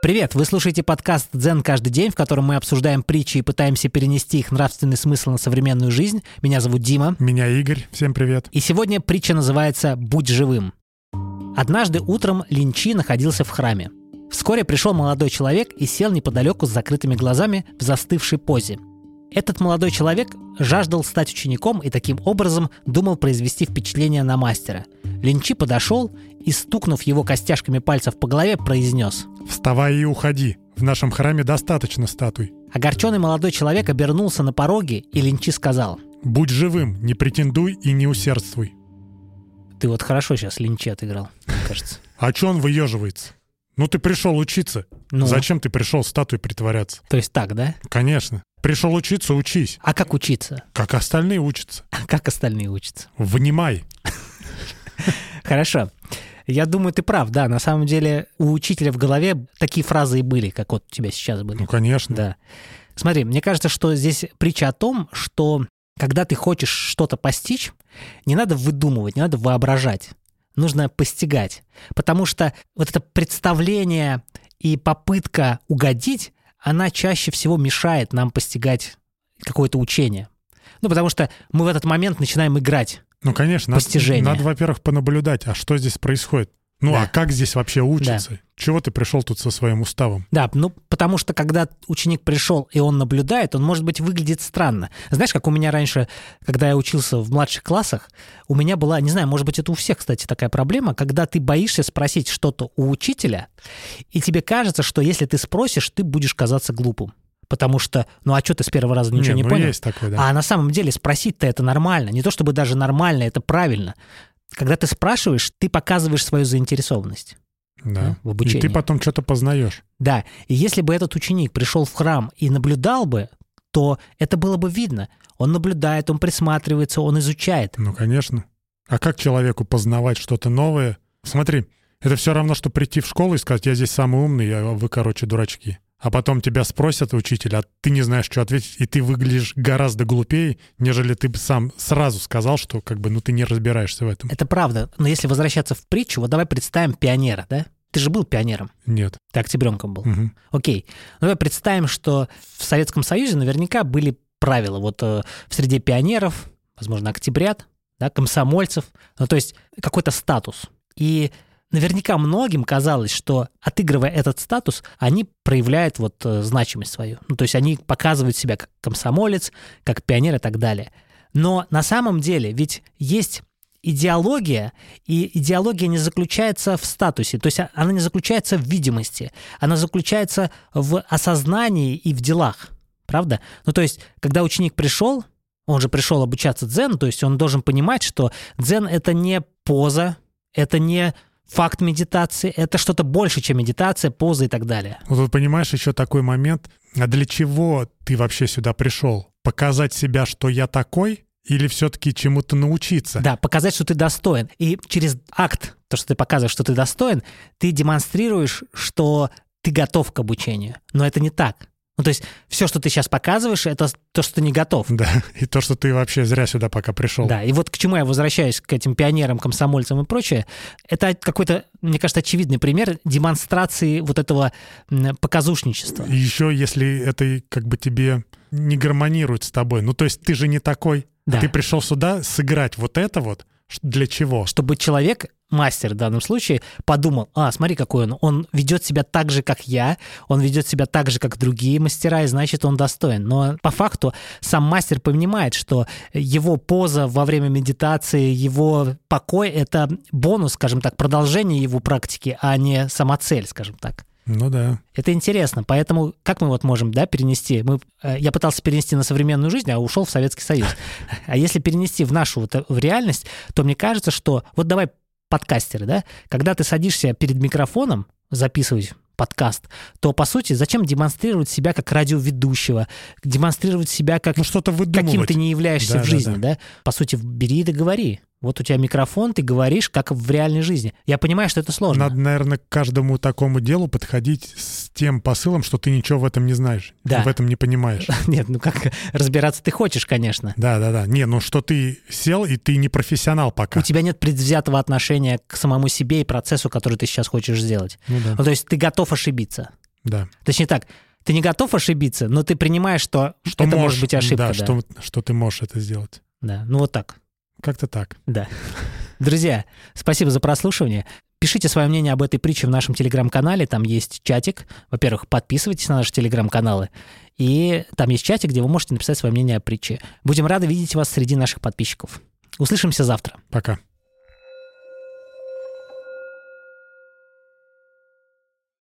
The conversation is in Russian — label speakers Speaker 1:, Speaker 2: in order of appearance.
Speaker 1: Привет! Вы слушаете подкаст «Дзен каждый день», в котором мы обсуждаем притчи и пытаемся перенести их нравственный смысл на современную жизнь. Меня зовут Дима.
Speaker 2: Меня Игорь, всем привет.
Speaker 1: И сегодня притча называется «Будь живым». Однажды утром Линчи находился в храме. Вскоре пришел молодой человек и сел неподалеку с закрытыми глазами в застывшей позе. Этот молодой человек жаждал стать учеником и таким образом думал произвести впечатление на мастера. Линчи подошел и, стукнув его костяшками пальцев по голове, произнес
Speaker 2: Вставай и уходи. В нашем храме достаточно статуй.
Speaker 1: Огорченный молодой человек обернулся на пороге, и Линчи сказал,
Speaker 2: Будь живым, не претендуй и не усердствуй.
Speaker 1: ты вот хорошо сейчас Линчи отыграл, мне кажется.
Speaker 2: А чё он выеживается? Ну ты пришел учиться.
Speaker 1: Ну,
Speaker 2: Зачем ты пришел статуей притворяться?
Speaker 1: то есть так, да?
Speaker 2: Конечно. Пришел учиться, учись.
Speaker 1: А как учиться?
Speaker 2: Как остальные учатся.
Speaker 1: А как остальные учатся?
Speaker 2: Внимай.
Speaker 1: Хорошо. Я думаю, ты прав, да. На самом деле у учителя в голове такие фразы и были, как вот у тебя сейчас были.
Speaker 2: Ну, конечно.
Speaker 1: Да. Смотри, мне кажется, что здесь притча о том, что когда ты хочешь что-то постичь, не надо выдумывать, не надо воображать. Нужно постигать. Потому что вот это представление и попытка угодить, она чаще всего мешает нам постигать какое-то учение. Ну, потому что мы в этот момент начинаем играть.
Speaker 2: Ну, конечно. надо-
Speaker 1: Постижение.
Speaker 2: Надо, во-первых, понаблюдать, а что здесь происходит. Ну,
Speaker 1: Да.
Speaker 2: а как здесь вообще учатся? Чего ты пришел тут со своим уставом?
Speaker 1: Да, ну потому что когда ученик пришел и он наблюдает, он, может быть, выглядит странно. Знаешь, как у меня раньше, когда я учился в младших классах, у меня была, не знаю, может быть, это у всех, кстати, такая проблема, когда ты боишься спросить что-то у учителя, и тебе кажется, что если ты спросишь, ты будешь казаться глупым. Потому что, ну а что ты с первого раза ничего не
Speaker 2: ну,
Speaker 1: понял?
Speaker 2: есть такое, да.
Speaker 1: А на самом деле спросить-то это нормально. Не то чтобы даже нормально, это правильно. Когда ты спрашиваешь, ты показываешь свою заинтересованность. ну,
Speaker 2: Да.
Speaker 1: в
Speaker 2: И
Speaker 1: обучении.
Speaker 2: ты потом что-то познаешь.
Speaker 1: Да, и если бы этот ученик пришел в храм и наблюдал бы, то это было бы видно. Он наблюдает, он присматривается, он изучает.
Speaker 2: Ну, конечно. А как человеку познавать что-то новое? Смотри, это все равно, что прийти в школу и сказать, я здесь самый умный, а вы, короче, дурачки. А потом тебя спросят учитель, а ты не знаешь, что ответить, и ты выглядишь гораздо глупее, нежели ты бы сам сразу сказал, что как бы, ну, ты не разбираешься в этом.
Speaker 1: Это правда. Но если возвращаться в притчу, вот давай представим пионера, да? Ты же был пионером,
Speaker 2: Нет.
Speaker 1: ты октябренком был.
Speaker 2: Мгм.
Speaker 1: Окей. Ну, давай представим, что в Советском Союзе наверняка были правила. Вот э, в среде пионеров, возможно, октябрят, да, комсомольцев, ну, то есть какой-то статус. И наверняка многим казалось, что отыгрывая этот статус, они проявляют вот э, значимость свою. Ну, то есть они показывают себя как комсомолец, как пионер и так далее. Но на самом деле ведь есть идеология, и идеология не заключается в статусе, то есть о- она не заключается в видимости, она заключается в осознании и в делах, правда? Ну, то есть, когда ученик пришел, он же пришел обучаться дзен, то есть он должен понимать, что дзен — это не поза, это не факт медитации, это что-то больше, чем медитация, поза и так далее.
Speaker 2: Вот вы понимаешь еще такой момент, а для чего ты вообще сюда пришел? Показать себя, что я такой, или все-таки чему-то научиться?
Speaker 1: Да, показать, что ты достоин. И через акт, то, что ты показываешь, что ты достоин, ты демонстрируешь, что ты готов к обучению. Но это не так. Ну, то есть все, что ты сейчас показываешь, это то, что ты не готов.
Speaker 2: Да, и то, что ты вообще зря сюда пока пришел.
Speaker 1: Да, и вот к чему я возвращаюсь, к этим пионерам, комсомольцам и прочее, это какой-то, мне кажется, очевидный пример демонстрации вот этого м, показушничества.
Speaker 2: И еще, если это и как бы тебе не гармонирует с тобой, ну то есть ты же не такой.
Speaker 1: Да.
Speaker 2: Ты пришел сюда сыграть вот это вот. Ш- Для чего?
Speaker 1: Чтобы человек, мастер в данном случае, подумал, а, смотри, какой он, он ведет себя так же, как я, он ведет себя так же, как другие мастера, и значит, он достоин. Но по факту сам мастер понимает, что его поза во время медитации, его покой — это бонус, скажем так, продолжение его практики, а не сама цель, скажем так.
Speaker 2: Ну да.
Speaker 1: Это интересно, поэтому как мы вот можем, да, перенести? Мы, э, я пытался перенести на современную жизнь, а ушел в Советский Союз. А если перенести в нашу вот, э, в реальность, то мне кажется, что вот давай подкастеры, да, когда ты садишься перед микрофоном записывать подкаст, то по сути зачем демонстрировать себя как радиоведущего, демонстрировать себя как
Speaker 2: Ну что-то выдумывать.
Speaker 1: каким ты не являешься
Speaker 2: Да,
Speaker 1: в
Speaker 2: да,
Speaker 1: жизни, да,
Speaker 2: да.
Speaker 1: По сути, в- бери и договори. Вот у тебя микрофон, ты говоришь, как в реальной жизни. Я понимаю, что это сложно.
Speaker 2: Надо, наверное, к каждому такому делу подходить с тем посылом, что ты ничего в этом не знаешь,
Speaker 1: Да.
Speaker 2: в этом не понимаешь.
Speaker 1: Нет, ну как разбираться ты хочешь, конечно.
Speaker 2: Да, да, да. Не, ну что ты сел и ты не профессионал пока.
Speaker 1: У тебя нет предвзятого отношения к самому себе и процессу, который ты сейчас хочешь сделать.
Speaker 2: Ну да.
Speaker 1: Ну, то есть ты готов ошибиться.
Speaker 2: Да.
Speaker 1: Точнее так, ты не готов ошибиться, но ты принимаешь, что,
Speaker 2: Что
Speaker 1: это
Speaker 2: можешь,
Speaker 1: может быть ошибка.
Speaker 2: Да,
Speaker 1: Да,
Speaker 2: Что, что ты можешь это сделать.
Speaker 1: да. ну вот так.
Speaker 2: Как-то так.
Speaker 1: Друзья, спасибо за прослушивание. Пишите свое мнение об этой притче в нашем телеграм-канале. Там есть чатик. Во-первых, подписывайтесь на наши телеграм-каналы. И там есть чатик, где вы можете написать свое мнение о притче. Будем рады видеть вас среди наших подписчиков. Услышимся завтра.
Speaker 2: Пока.